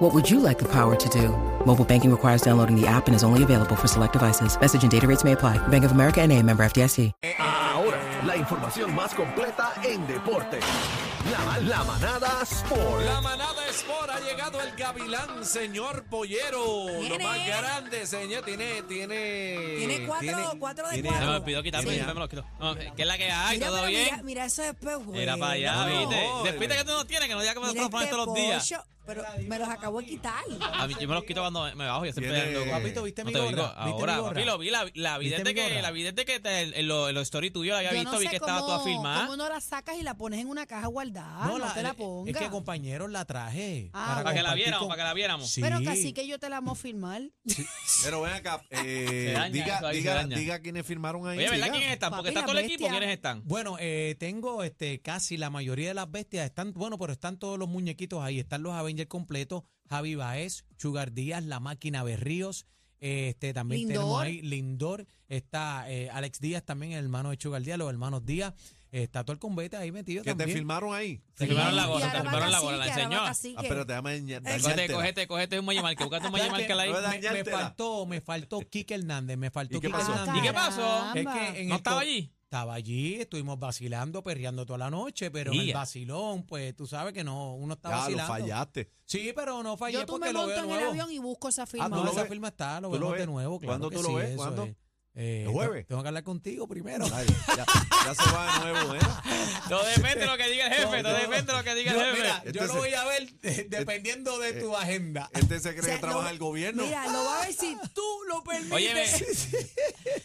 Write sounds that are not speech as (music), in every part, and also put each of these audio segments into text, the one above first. What would you like the power to do? Mobile banking requires downloading the app and is only available for select devices. Message and data rates may apply. Bank of America and a member FDIC. Ahora, la información más completa en deporte. La, la manada Sport. La manada Sport ha llegado el gavilán, señor Pollero. Lo Tiene. más grande, señor. Tiene, tiene. Tiene cuatro- cuatro de cuatro. Se me olvidó quitarme, Sí. se me lo quito. No, ¿Qué es la que hay? Mira, ¿Todo pero bien? Mira, mira eso después, güey. Era para allá, no, ¿viste? joder. Después de que tú no tienes, que no digas que me los Mira pones este todos los días. pollo, pero me los acabo de quitar. A mí yo me los quito cuando me- me bajo, yo siempre Tiene- ando con- Papito, ¿viste Eh, No este mi te digo, gorra? ¿Viste Ahora, mi gorra? papi, lo vi, la, la vi ¿Viste desde mi que, gorra? la vi desde que te- en los en los stories tuyos la había Yo visto, no vi sé que estaba toda cómo- filmada. cómo no la sacas y la pones en una caja guardada? Ah, No, te la pongas. Ah, Es que compañeros la traje. Ah, Para que la compartir viéramos, con- para que la viéramos. Sí. Pero casi que yo te la mo filmar. Pero ven acá, eh, (laughs) Se daña, diga, eso ahí se diga, daña. diga quiénes firmaron ahí. Oye, ¿verdad este diga. quiénes están? Papi, Porque está la todo el equipo, bestia. ¿quiénes están? Bueno, eh, tengo este casi la mayoría de las bestias están, bueno, pero están todos los muñequitos ahí, están los Avengers completos, Javi Baez, Sugar Díaz, la máquina Berríos, eh, este también tenemos Lindor. ahí Lindor, está eh, Alex Díaz también, el hermano de Sugar Díaz, los hermanos Díaz, eh, está todo el combate ahí metido Que te también. firmaron ahí. Se firmaron la Y gorra, ahora se va firmaron la cacique, gorra, la ahora va enseñó. cacique. Ah, pero te llama dañar- Cógete, dañártela. cogete, cogete un mayamarca, buscate un mayamarca Oye, ahí. Me, me dañártela. faltó, me faltó Kike Hernández, me faltó ¿Y qué Kike pasó? ¿Y Hernández. qué pasó? Es Caramba. que en ¿No el estaba co- allí? Estaba allí, estuvimos vacilando, perreando toda la noche, pero en el Guía. vacilón, pues tú sabes que no, uno está Ya, lo vacilando. fallaste. Sí, pero no fallé Yo tú me porque lo monto en veo el nuevo. avión y busco esa firma. Ah, no, ¿tú lo esa ves? firma está, lo ¿Tú lo vemos ves? de nuevo, claro ¿Cuándo que tú lo sí, ves? eso ¿Cuándo? es. Eh, ¿El jueves? Tengo que hablar contigo primero. (laughs) Ay, ya, ya se va de nuevo, ¿eh? Todo depende de lo que diga el jefe, No, todo no. depende de lo que diga Yo- el mira, jefe. Este yo lo se- voy a ver (laughs) eh, dependiendo de tu agenda. Este se cree (laughs) O sea, que trabaja lo- el gobierno. Mira, lo va a ver si tú lo permites. Óyeme,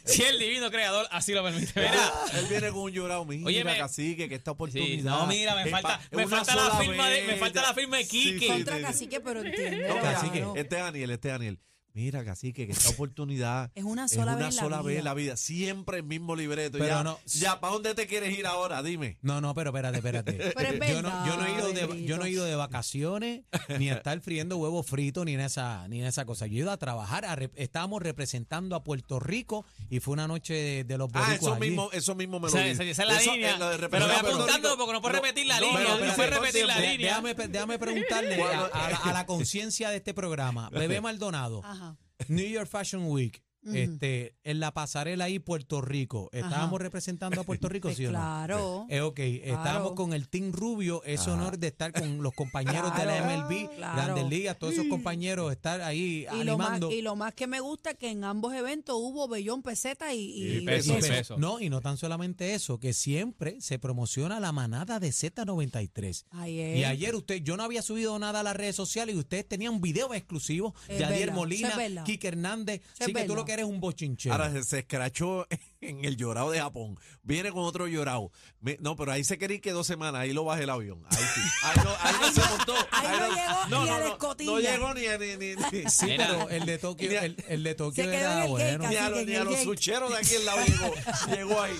si el divino creador así lo permite. Mira, Él viene con un llorado, mira, Oye, me- cacique, que esta oportunidad. Sí, no, mira, me es falta- pa- es me una falta la sola firma de- vez. me falta la firma de Quique. Contra cacique, pero entiende. No, ¿verdad? cacique, No. este es Daniel, este es Daniel. Mira, cacique, que esta oportunidad (laughs) Es una es sola una vez en la sola vida. vez en la vida. Siempre el mismo libreto. Pero ya, no- ya, ¿para dónde te quieres ir ahora? Dime. No, no, pero espérate, espérate. (laughs) Pero es yo, no, yo no he ido verdad, de, yo no he ido de vacaciones, ni a estar friendo huevos fritos, ni en esa, ni en esa cosa. Yo he ido a trabajar, a rep- estábamos representando a Puerto Rico y fue una noche de, de los boricuas Ah, eso allí. mismo, eso mismo me lo Esa- dijo. esa- esa es la Eso, línea. eh, lo de Pero representar ve a Puerto apuntando, Rico. porque no puedes repetir la no, línea, pero no puedes espérate, repetir la entonces, Dé- línea. Déjame, pre- déjame preguntarle a, a la, a la conciencia de este programa. Bebé Maldonado, Ajá. New York Fashion Week, Ujú. este, en la pasarela ahí, Puerto Rico. ¿Estábamos representando a Puerto Rico, Pues sí o no? claro. Eh, ok, estábamos con el Team Rubio, es honor de estar con los compañeros de la Claro, MLB, claro. Mm. Grandes Ligas, todos esos compañeros, estar ahí Y lo, más, animando. y lo más que me gusta es que en ambos eventos hubo bellón, peseta y, y- Y Y peso, y pe- peso. No, y no tan solamente eso, que siempre se promociona la manada de Z93. Ay, Y eh. ayer usted, yo no había subido nada a las redes sociales y ustedes tenían videos exclusivos Es de Adier verdad, eso es Molina, verdad. Quique Hernández. es Así que tú verdad. lo que eres es un bochinchero. Ahora se, se escrachó (laughs) en el llorado de Japón. Viene con otro llorado. Me- no, pero ahí se quería ir que dos semanas. Ahí lo bajé el avión. Ahí sí. Ahí no, ahí no se montó. ahí no llegó ni a la escotilla. No llegó ni a, ni, ni- (laughs) ni- sí, Mira. pero el de Tokio, Mira. el, el de Tokio Se quedó en era el bueno. gate, ni a los, ni Así que en a el los gate. sucheros de aquí en la llegó. Llegó ahí.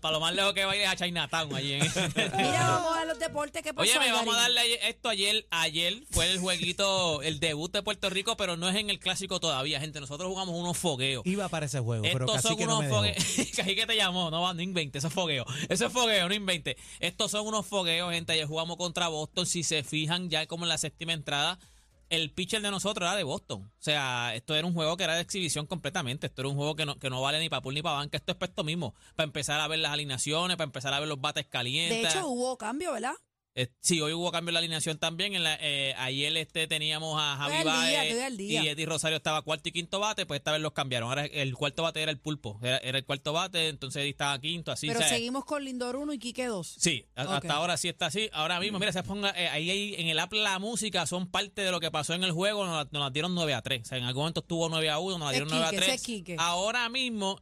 Para lo más lejos que bailes a Chinatown allí. En... (laughs) (laughs) Mira, vamos a ver los deportes que pasó. Oye, me vamos a Algarín. darle ayer- esto ayer. Ayer fue el jueguito, el debut de Puerto Rico, pero no es en el clásico todavía, gente. Nosotros jugamos unos fogueos. Iba para ese juego, pero Estos casi son que no unos me dejó. fogueos. (laughs) Casi que te llamó, no, va, no invente, eso es fogueo. Eso es fogueo, no invente. Estos son unos fogueos, gente. Ayer jugamos contra Boston. Si se fijan, ya como en la séptima entrada, el pitcher de nosotros era de Boston. O sea, esto era un juego que era de exhibición completamente. Esto era un juego que no, que no vale ni para pool ni para banca. Esto es para esto mismo. Para empezar a ver las alineaciones, para empezar a ver los bates calientes. De hecho, hubo cambio, ¿verdad? Eh, sí, hoy hubo cambio en la alineación también. En la, eh, ayer este, teníamos a Estoy Javi al día, Baez estoy al día. y Eddie Rosario estaba cuarto y quinto bate, pues esta vez los cambiaron. Ahora el cuarto bate era el pulpo, era, era el cuarto bate, entonces Eddie estaba quinto, así. Pero o sea, seguimos con Lindor 1 y Quique 2. Sí, a- Ok. hasta ahora sí está así. Ahora mismo, mira, se ponga, eh, ahí, ahí en el app la música son parte de lo que pasó en el juego. Nos, la- nos las dieron 9 a 3. O sea, en algún momento estuvo 9 a 1, nos la Es dieron 9 a Quique, ese 3. es Quique. Ahora mismo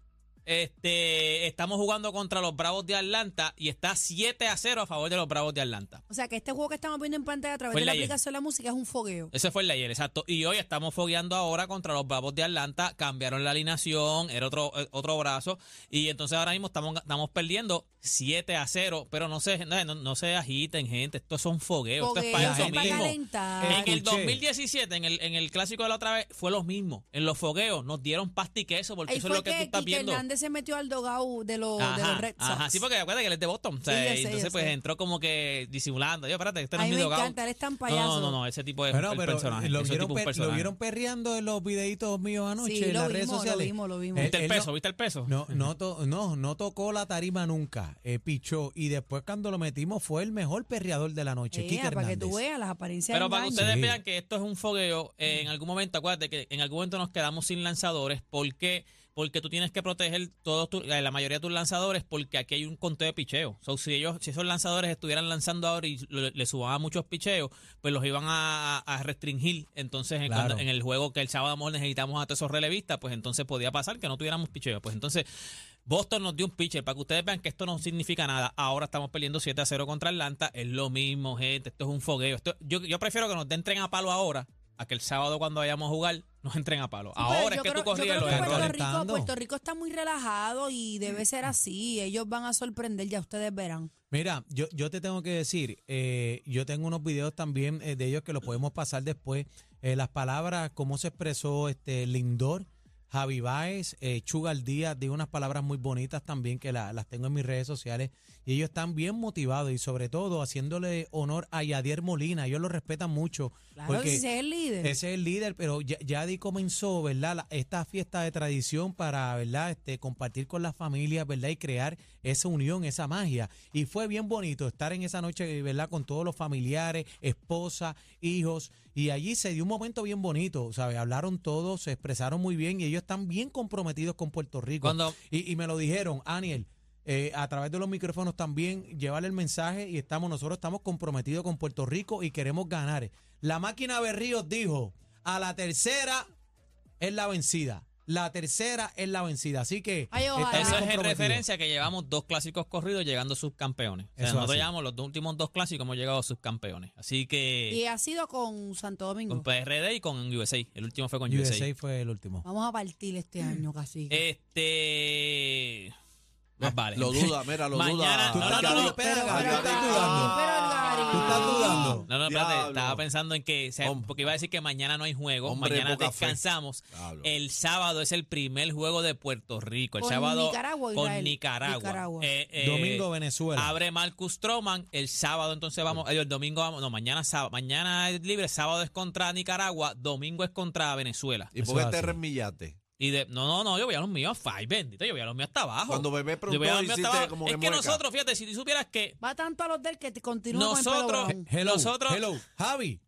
Este, estamos jugando contra los Bravos de Atlanta y está 7 a 0 a favor de los Bravos de Atlanta. O sea, que este juego que estamos viendo en pantalla a través Fue de la ayer. aplicación de la música es un fogueo. Ese fue el de ayer, exacto. Y hoy estamos fogueando ahora contra los Bravos de Atlanta. Cambiaron la alineación, era otro, eh, otro brazo. Y entonces ahora mismo estamos, estamos perdiendo 7 a 0. Pero no se, no, no- no se agiten, gente. Esto son fogueos. Esto es Fogueo, para eso es para mismo. calentar. En el Escuché. 2017, en el, en el clásico de la otra vez, fue lo mismo. En los fogueos nos dieron pasti queso, porque Ahí eso es fue lo que, tú que estás Kike viendo. Hernández se metió al dogau de, los- de los Ajá, Red Sox. ajá, sí, porque acuérdate que él es de Boston. o sea, Sí, yo sé, entonces, yo pues sé. entró como que disimulando. Yo, espérate, este no A es mí mi me dogado. encanta, él es tan payaso. No, no, no, ese tipo es Pero, el pero personaje. lo, ese vieron tipo es un per- lo personaje. vieron perreando en los videitos míos anoche Sí, en lo las redes vimos, lo sociales. vimos, lo vimos. Él- ¿Viste el él no- peso? ¿Viste el peso? No, no, to- no, no tocó la tarima nunca, eh, pichó. Y después cuando lo metimos fue el mejor perreador de la noche, Ea, Kike Eh, para que Hernández. tú veas las apariencias Pero para que engañan. ustedes Sí. vean que esto es un fogueo, eh, en algún momento, acuérdate que en algún momento nos quedamos sin lanzadores. ¿Por qué? Porque tú tienes que proteger todos tu- eh, la mayoría de tus lanzadores porque aquí hay un conteo de picheos. So, si ellos, si esos lanzadores estuvieran lanzando ahora y lo- le subaban muchos picheos, pues los iban a, a restringir. Entonces, en, Claro. cuando- en el juego que el sábado a lo mejor necesitamos a todos esos relevistas, pues entonces podía pasar que no tuviéramos picheos. Pues entonces, Boston nos dio un pitcher para que ustedes vean que esto no significa nada. Ahora estamos perdiendo 7 a 0 contra Atlanta. Es lo mismo, gente. Esto es un fogueo. Esto- yo, yo prefiero que nos den tren a palo ahora a que el sábado cuando vayamos a jugar nos entren a palo. Sí, pero ahora es Pues, yo que creo- tú corrías yo los creo que Puerto errores. Rico, Calentando. Puerto Rico está muy relajado y debe ser así. Ellos van a sorprender, ya ustedes verán. Mira, yo, yo te tengo que decir, eh, yo tengo unos videos también eh, de ellos que los podemos pasar después. Eh, las palabras, cómo se expresó este Lindor, Javi Baez, eh, Chugal Díaz, dio unas palabras muy bonitas también que la- las tengo en mis redes sociales. Y ellos están bien motivados y sobre todo haciéndole honor a Yadier Molina. Ellos lo respetan mucho. Claro, porque si ese es el líder. ese es el líder, pero ya- Yadi comenzó, ¿verdad? la- esta fiesta de tradición para, ¿verdad? Este, compartir con las familias, ¿verdad? Y crear esa unión, esa magia. Y fue bien bonito estar en esa noche, ¿verdad? Con todos los familiares, esposa, hijos. Y allí se dio un momento bien bonito, ¿sabes? Hablaron todos, se expresaron muy bien y ellos están bien comprometidos con Puerto Rico. Cuando- y, y me lo dijeron, Aniel. eh, a través de los micrófonos también llevar el mensaje y estamos nosotros estamos comprometidos con Puerto Rico y queremos ganar. La máquina Berríos dijo, a la tercera es la vencida. La tercera es la vencida. Así que Ay, ojalá. estamos Eso es en comprometidos. referencia que llevamos dos clásicos corridos llegando subcampeones. O sea, Eso nosotros así. llevamos los dos últimos dos clásicos, hemos llegado subcampeones. Así que Y ha sido con Santo Domingo. con PRD y con USA. El último fue con USA. USA fue el último. Vamos a partir este año, casi. Eh, Este. Más vale. Ah, Lo duda, mira, lo duda. Mañana- Tú estás Algarve. dudando, espera, pero, Gaby, pero, tú estás Gary, dudando. pero el Gary. Tú estás dudando. No, no, espérate, Diablo. estaba pensando en que, o sea, Hombre. porque iba a decir que mañana no hay juego, Hombre, mañana poca fe. descansamos. Diablo. El sábado es el primer juego de Puerto Rico, el Con sábado Nicaragua, con Israel. Nicaragua. Nicaragua. Eh, eh, Domingo Venezuela. Abre Marcus Stroman, el sábado entonces vamos, eh, el domingo vamos, no, mañana sábado, mañana es libre, sábado es contra Nicaragua, domingo es contra Venezuela. ¿Y Eso por qué es te así. remillaste? Y de, no, no, no, yo voy a los míos a five, bendito, yo voy a los míos hasta abajo. Cuando bebé Yo voy a preguntó, los míos hasta hiciste abajo. como Es que que mueca. nosotros, fíjate, si tú supieras que Va tanto a los del que te continúa Nosotros- con el pelo brown. Hello, Nosotros- hello, Javi.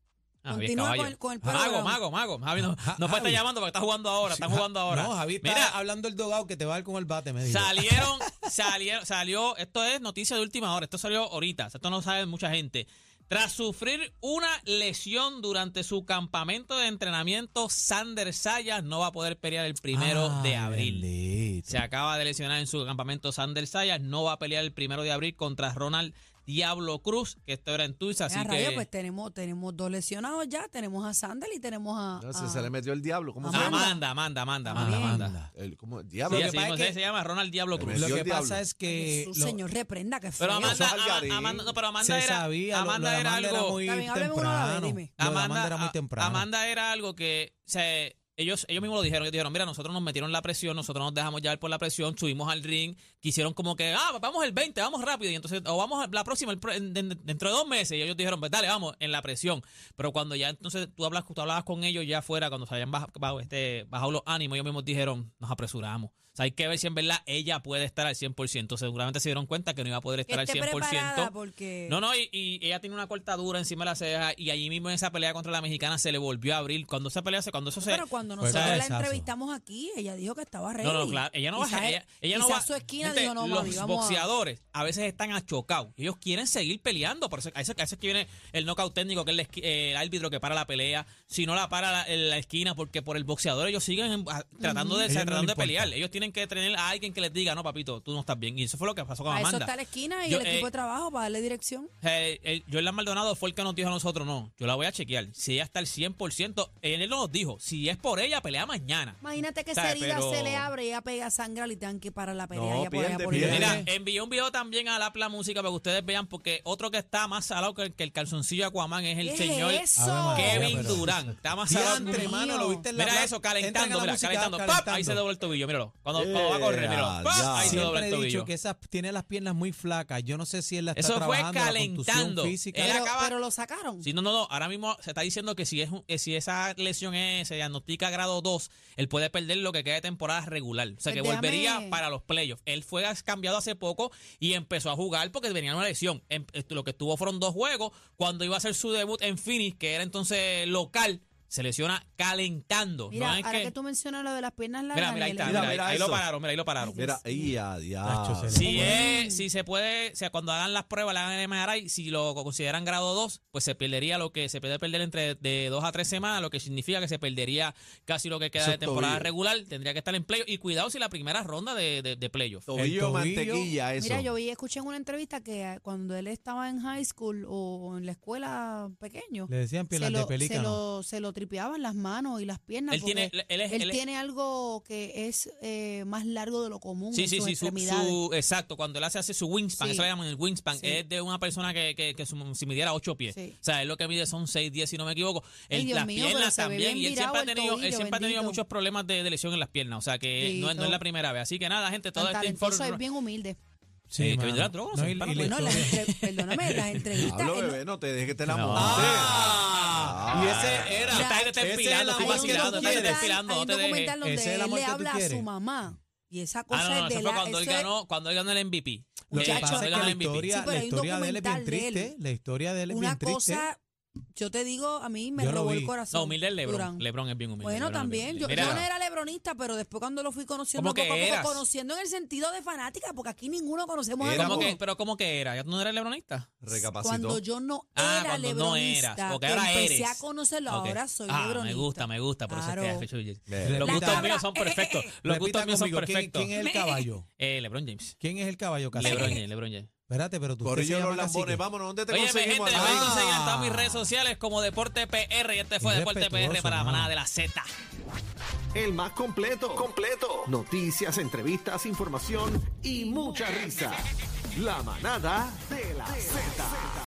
Ah, oye, Continúa caballo. con el- con el pelo mago, bravo. mago, mago, Javi, no, Ja- no puede estar Ah, Javi. ah, llamando porque está jugando ahora, están jugando ahora. No, Javi está Mira, hablando el dogado que te va a dar con el bate, me dijo. salieron, salieron, salió, esto es noticia de última hora, esto salió ahorita, esto no sabe mucha gente. Tras sufrir una lesión durante su campamento de entrenamiento, Sander Sayas no va a poder pelear el primero de Ah, abril. bendito. Se acaba de lesionar en su campamento Sander Sayas, no va a pelear el primero de abril contra Ronald Diablo Cruz, que esto era en Twitch, así Ah, que... rayos, pues tenemos, tenemos dos lesionados ya. Tenemos a Sandel y tenemos a. No, se, a- se le metió el diablo. ¿Cómo se Ah, Amanda. llama? Amanda, Amanda, Amanda, Amanda, Amanda, Amanda. Amanda. El, ¿cómo? Sí, Diablo. Lo que así pasa mismo es se- que- se llama Ronald Diablo Lo Cruz. Lo Dios que diablo. pasa es que Jesús, lo- señor, reprenda que fue. Pero Amanda, Eso es Ama- Algarín. Amanda, no, pero Amanda se era, sabía, lo- lo de Amanda era algo, muy Está bien, háblame uno a la vez, temprano. dime. Lo de Amanda era muy a- temprano. Amanda era algo que se- ellos, ellos mismos lo dijeron, ellos dijeron, mira, nosotros nos metieron la presión, nosotros nos dejamos llevar por la presión, subimos al ring, quisieron como que, ah, vamos el 20, vamos rápido, y entonces, o vamos a la próxima, el pro- en- en- dentro de dos meses, y ellos dijeron, pues dale, vamos, en la presión. Pero cuando ya entonces tú, hablas, tú hablabas con ellos ya afuera, cuando se habían baj- bajado, este, bajado los ánimos, ellos mismos dijeron, nos apresuramos. O sea, hay que ver si en verdad ella puede estar al 100%. Seguramente se dieron cuenta que no iba a poder que estar al esté 100%. preparada porque. No, no, y, y ella tiene una cortadura encima de la ceja y allí mismo en esa pelea contra la mexicana se le volvió a abrir. Cuando esa pelea se, cuando eso se... Pero cuando Pues, nosotros la ¿sabes? entrevistamos aquí, ella dijo que estaba ready. no, no, claro, ella no Quizás- baja, ella, ella no quizás va. su esquina Gente, dijo, no, mami, los vamos a... boxeadores a... veces están achocados. Ellos quieren seguir peleando, por eso a veces, a veces que viene el knockout técnico que es la esqui- eh, el árbitro que para la pelea, si no la para la, en la esquina porque por el boxeador ellos siguen en- a- tratando de Ellos no tratando le de pelear. importa. Ellos tienen que tener a alguien que les diga, no, papito, tú no estás bien. Y eso fue lo que pasó con A eso Amanda. está la esquina y Yo, el equipo eh, de trabajo para darle dirección. Eh, el- Jordan Maldonado fue el que nos dijo a nosotros, no, yo la voy a chequear. Si ella está al 100%, él nos dijo, si es por ella, pelea mañana. Imagínate que Mm. sabe, esa herida pero- se le abre y ella pega sangre al tanque para la pelea. No, allá por allá pierde, por pierde. allá. Mira, envié un video también a la Pla Música para que ustedes vean, porque otro que está más salado que el, que el calzoncillo de Aquaman es el ¿Qué es señor eso? Ave María, Kevin pero- Durán. Está más salado. Diantre, mano, lo viste en la Mira pla- eso, Entran a calentando, la mira, música, calentando. ¡Pap! Ahí se calentando. dobla el tobillo, míralo. Cuando, cuando va a correr, míralo. Eh, ¡Pap! Ahí se diablo. dobla Siempre el he tobillo. dicho que esas tiene las piernas muy flacas. Yo no sé si él la está Eso fue trabajando, la contusión calentando. física. Era- pero, acaba- pero lo sacaron. Sí, no, no, no. Ahora mismo se está diciendo que si, es, un- que si esa lesión es, se diagnostica grado 2, él puede perder lo que queda de temporada regular. O sea, que Pues déjame- volvería para los playoffs. Él fue cambiado hace poco y empezó a jugar porque venía una lesión. Em- esto- lo que estuvo fueron dos juegos. Cuando iba a hacer su debut en Phoenix, que era entonces local, se lesiona calentando. Mira, no es ahora que- que tú mencionas lo de las piernas largas. mira, mira, ahí está. Miguel, Mira, mira ahí eso. lo pararon, mira, ahí lo pararon. Mira, y a Nacho, se le- Si, Bueno. es, eh, si se puede, o sea, cuando hagan las pruebas, le hagan el MRI, si lo consideran grado 2, pues se perdería lo que se puede perder entre de 2 a 3 semanas, lo que significa que se perdería casi lo que queda Eso de es temporada tobillo. regular, tendría que estar en playoff. Y cuidado si la primera ronda de, de, de playoff. El Tobillo, tobillo. mantequilla, eso. Mira, yo vi, escuché en una entrevista que ah, cuando él estaba en high school o o en la escuela pequeño, Le decían se piernas de lo, se, pelícano. lo, se lo tripeaban las manos y las piernas. Él tiene, porque él es- él él es- tiene algo que es eh, más largo de lo común. Sí, en sí, sus sí, su, extremidades. su- exacto, cuando él hace, hace su wingspan, Sí. eso le llaman el wingspan, Sí. es de una persona que, que, que su- si midiera 8 pies. Sí. O sea, él lo que mide son 6, 10, si no me equivoco. Ay, Él- Dios las mío, pero piernas se ve también, bien y él siempre, virado ha el tenido, él tobillo, siempre ha tenido bendito. muchos problemas de, de lesión en las piernas, o sea que no, es- no es Bendito. la primera vez. Así que nada, gente, todo Tan este talentoso, es informe... bien humilde. Sí, que mano. vendrá droga, No, se y- para y le- Bueno, las todo- entre- perdóname, las entrevistas. Hablo, él no- bebé, no te dejes que te la No. monte. Ah, y ese era. Esta gente está Ese es el amor despilando, tú hay vas un que tirando, tú estás quieres. despilando, documental, hay no un te dejes. documental donde Ese es el él amor le que tú habla a su quieres. mamá. Y esa Ah, cosa no, no, es eso de fue la... cuando él eso es- ganó, cuando él ganó el MVP. Lo que Muchacho, pasa él es que ganó la el MVP. historia, Sí, pero hay la un historia de él es bien documental de él. triste. La historia de él es una bien triste. cosa, yo te digo, a mí me Yo lo robó vi. el corazón. No, humilde es Lebron. Durán. Lebron es bien humilde. Bueno, Lebron es bien también. Yo, humilde. yo Mira, no era lebronista, pero después cuando lo fui conociendo, ¿Cómo poco a que poco, eras? conociendo en el sentido de fanática, porque aquí ninguno conocemos Era a ¿cómo ninguno. que, pero ¿cómo que era? ¿Ya tú no eres lebronista? Recapacitó. Cuando yo no Ah, era cuando no lebronista, eras, porque que ahora empecé eres. a conocerlo, Ok. ahora soy ah, lebronista. me gusta, me gusta, por eso es Claro. que fecho Billets. Ve, Los Repita- gustos míos son (laughs) Eh, eh, perfectos. eh. Los repita gustos míos son conmigo, ¿quién- perfectos. ¿Quién es el caballo? Eh, LeBron James. ¿Quién es el caballo cacique? LeBron James, LeBron James. Espérate, pero tú usted se Corrillo llama los lambones, cacique. vámonos, ¿dónde te Oye, mi gente, conseguimos? me Ah. pueden conseguir en todas mis redes sociales como Deporte PR. Y este fue Deporte PR Irrespetuoso, para la mano. manada de la Z. El más completo. Completo. Noticias, entrevistas, información y mucha risa. La manada de la Z.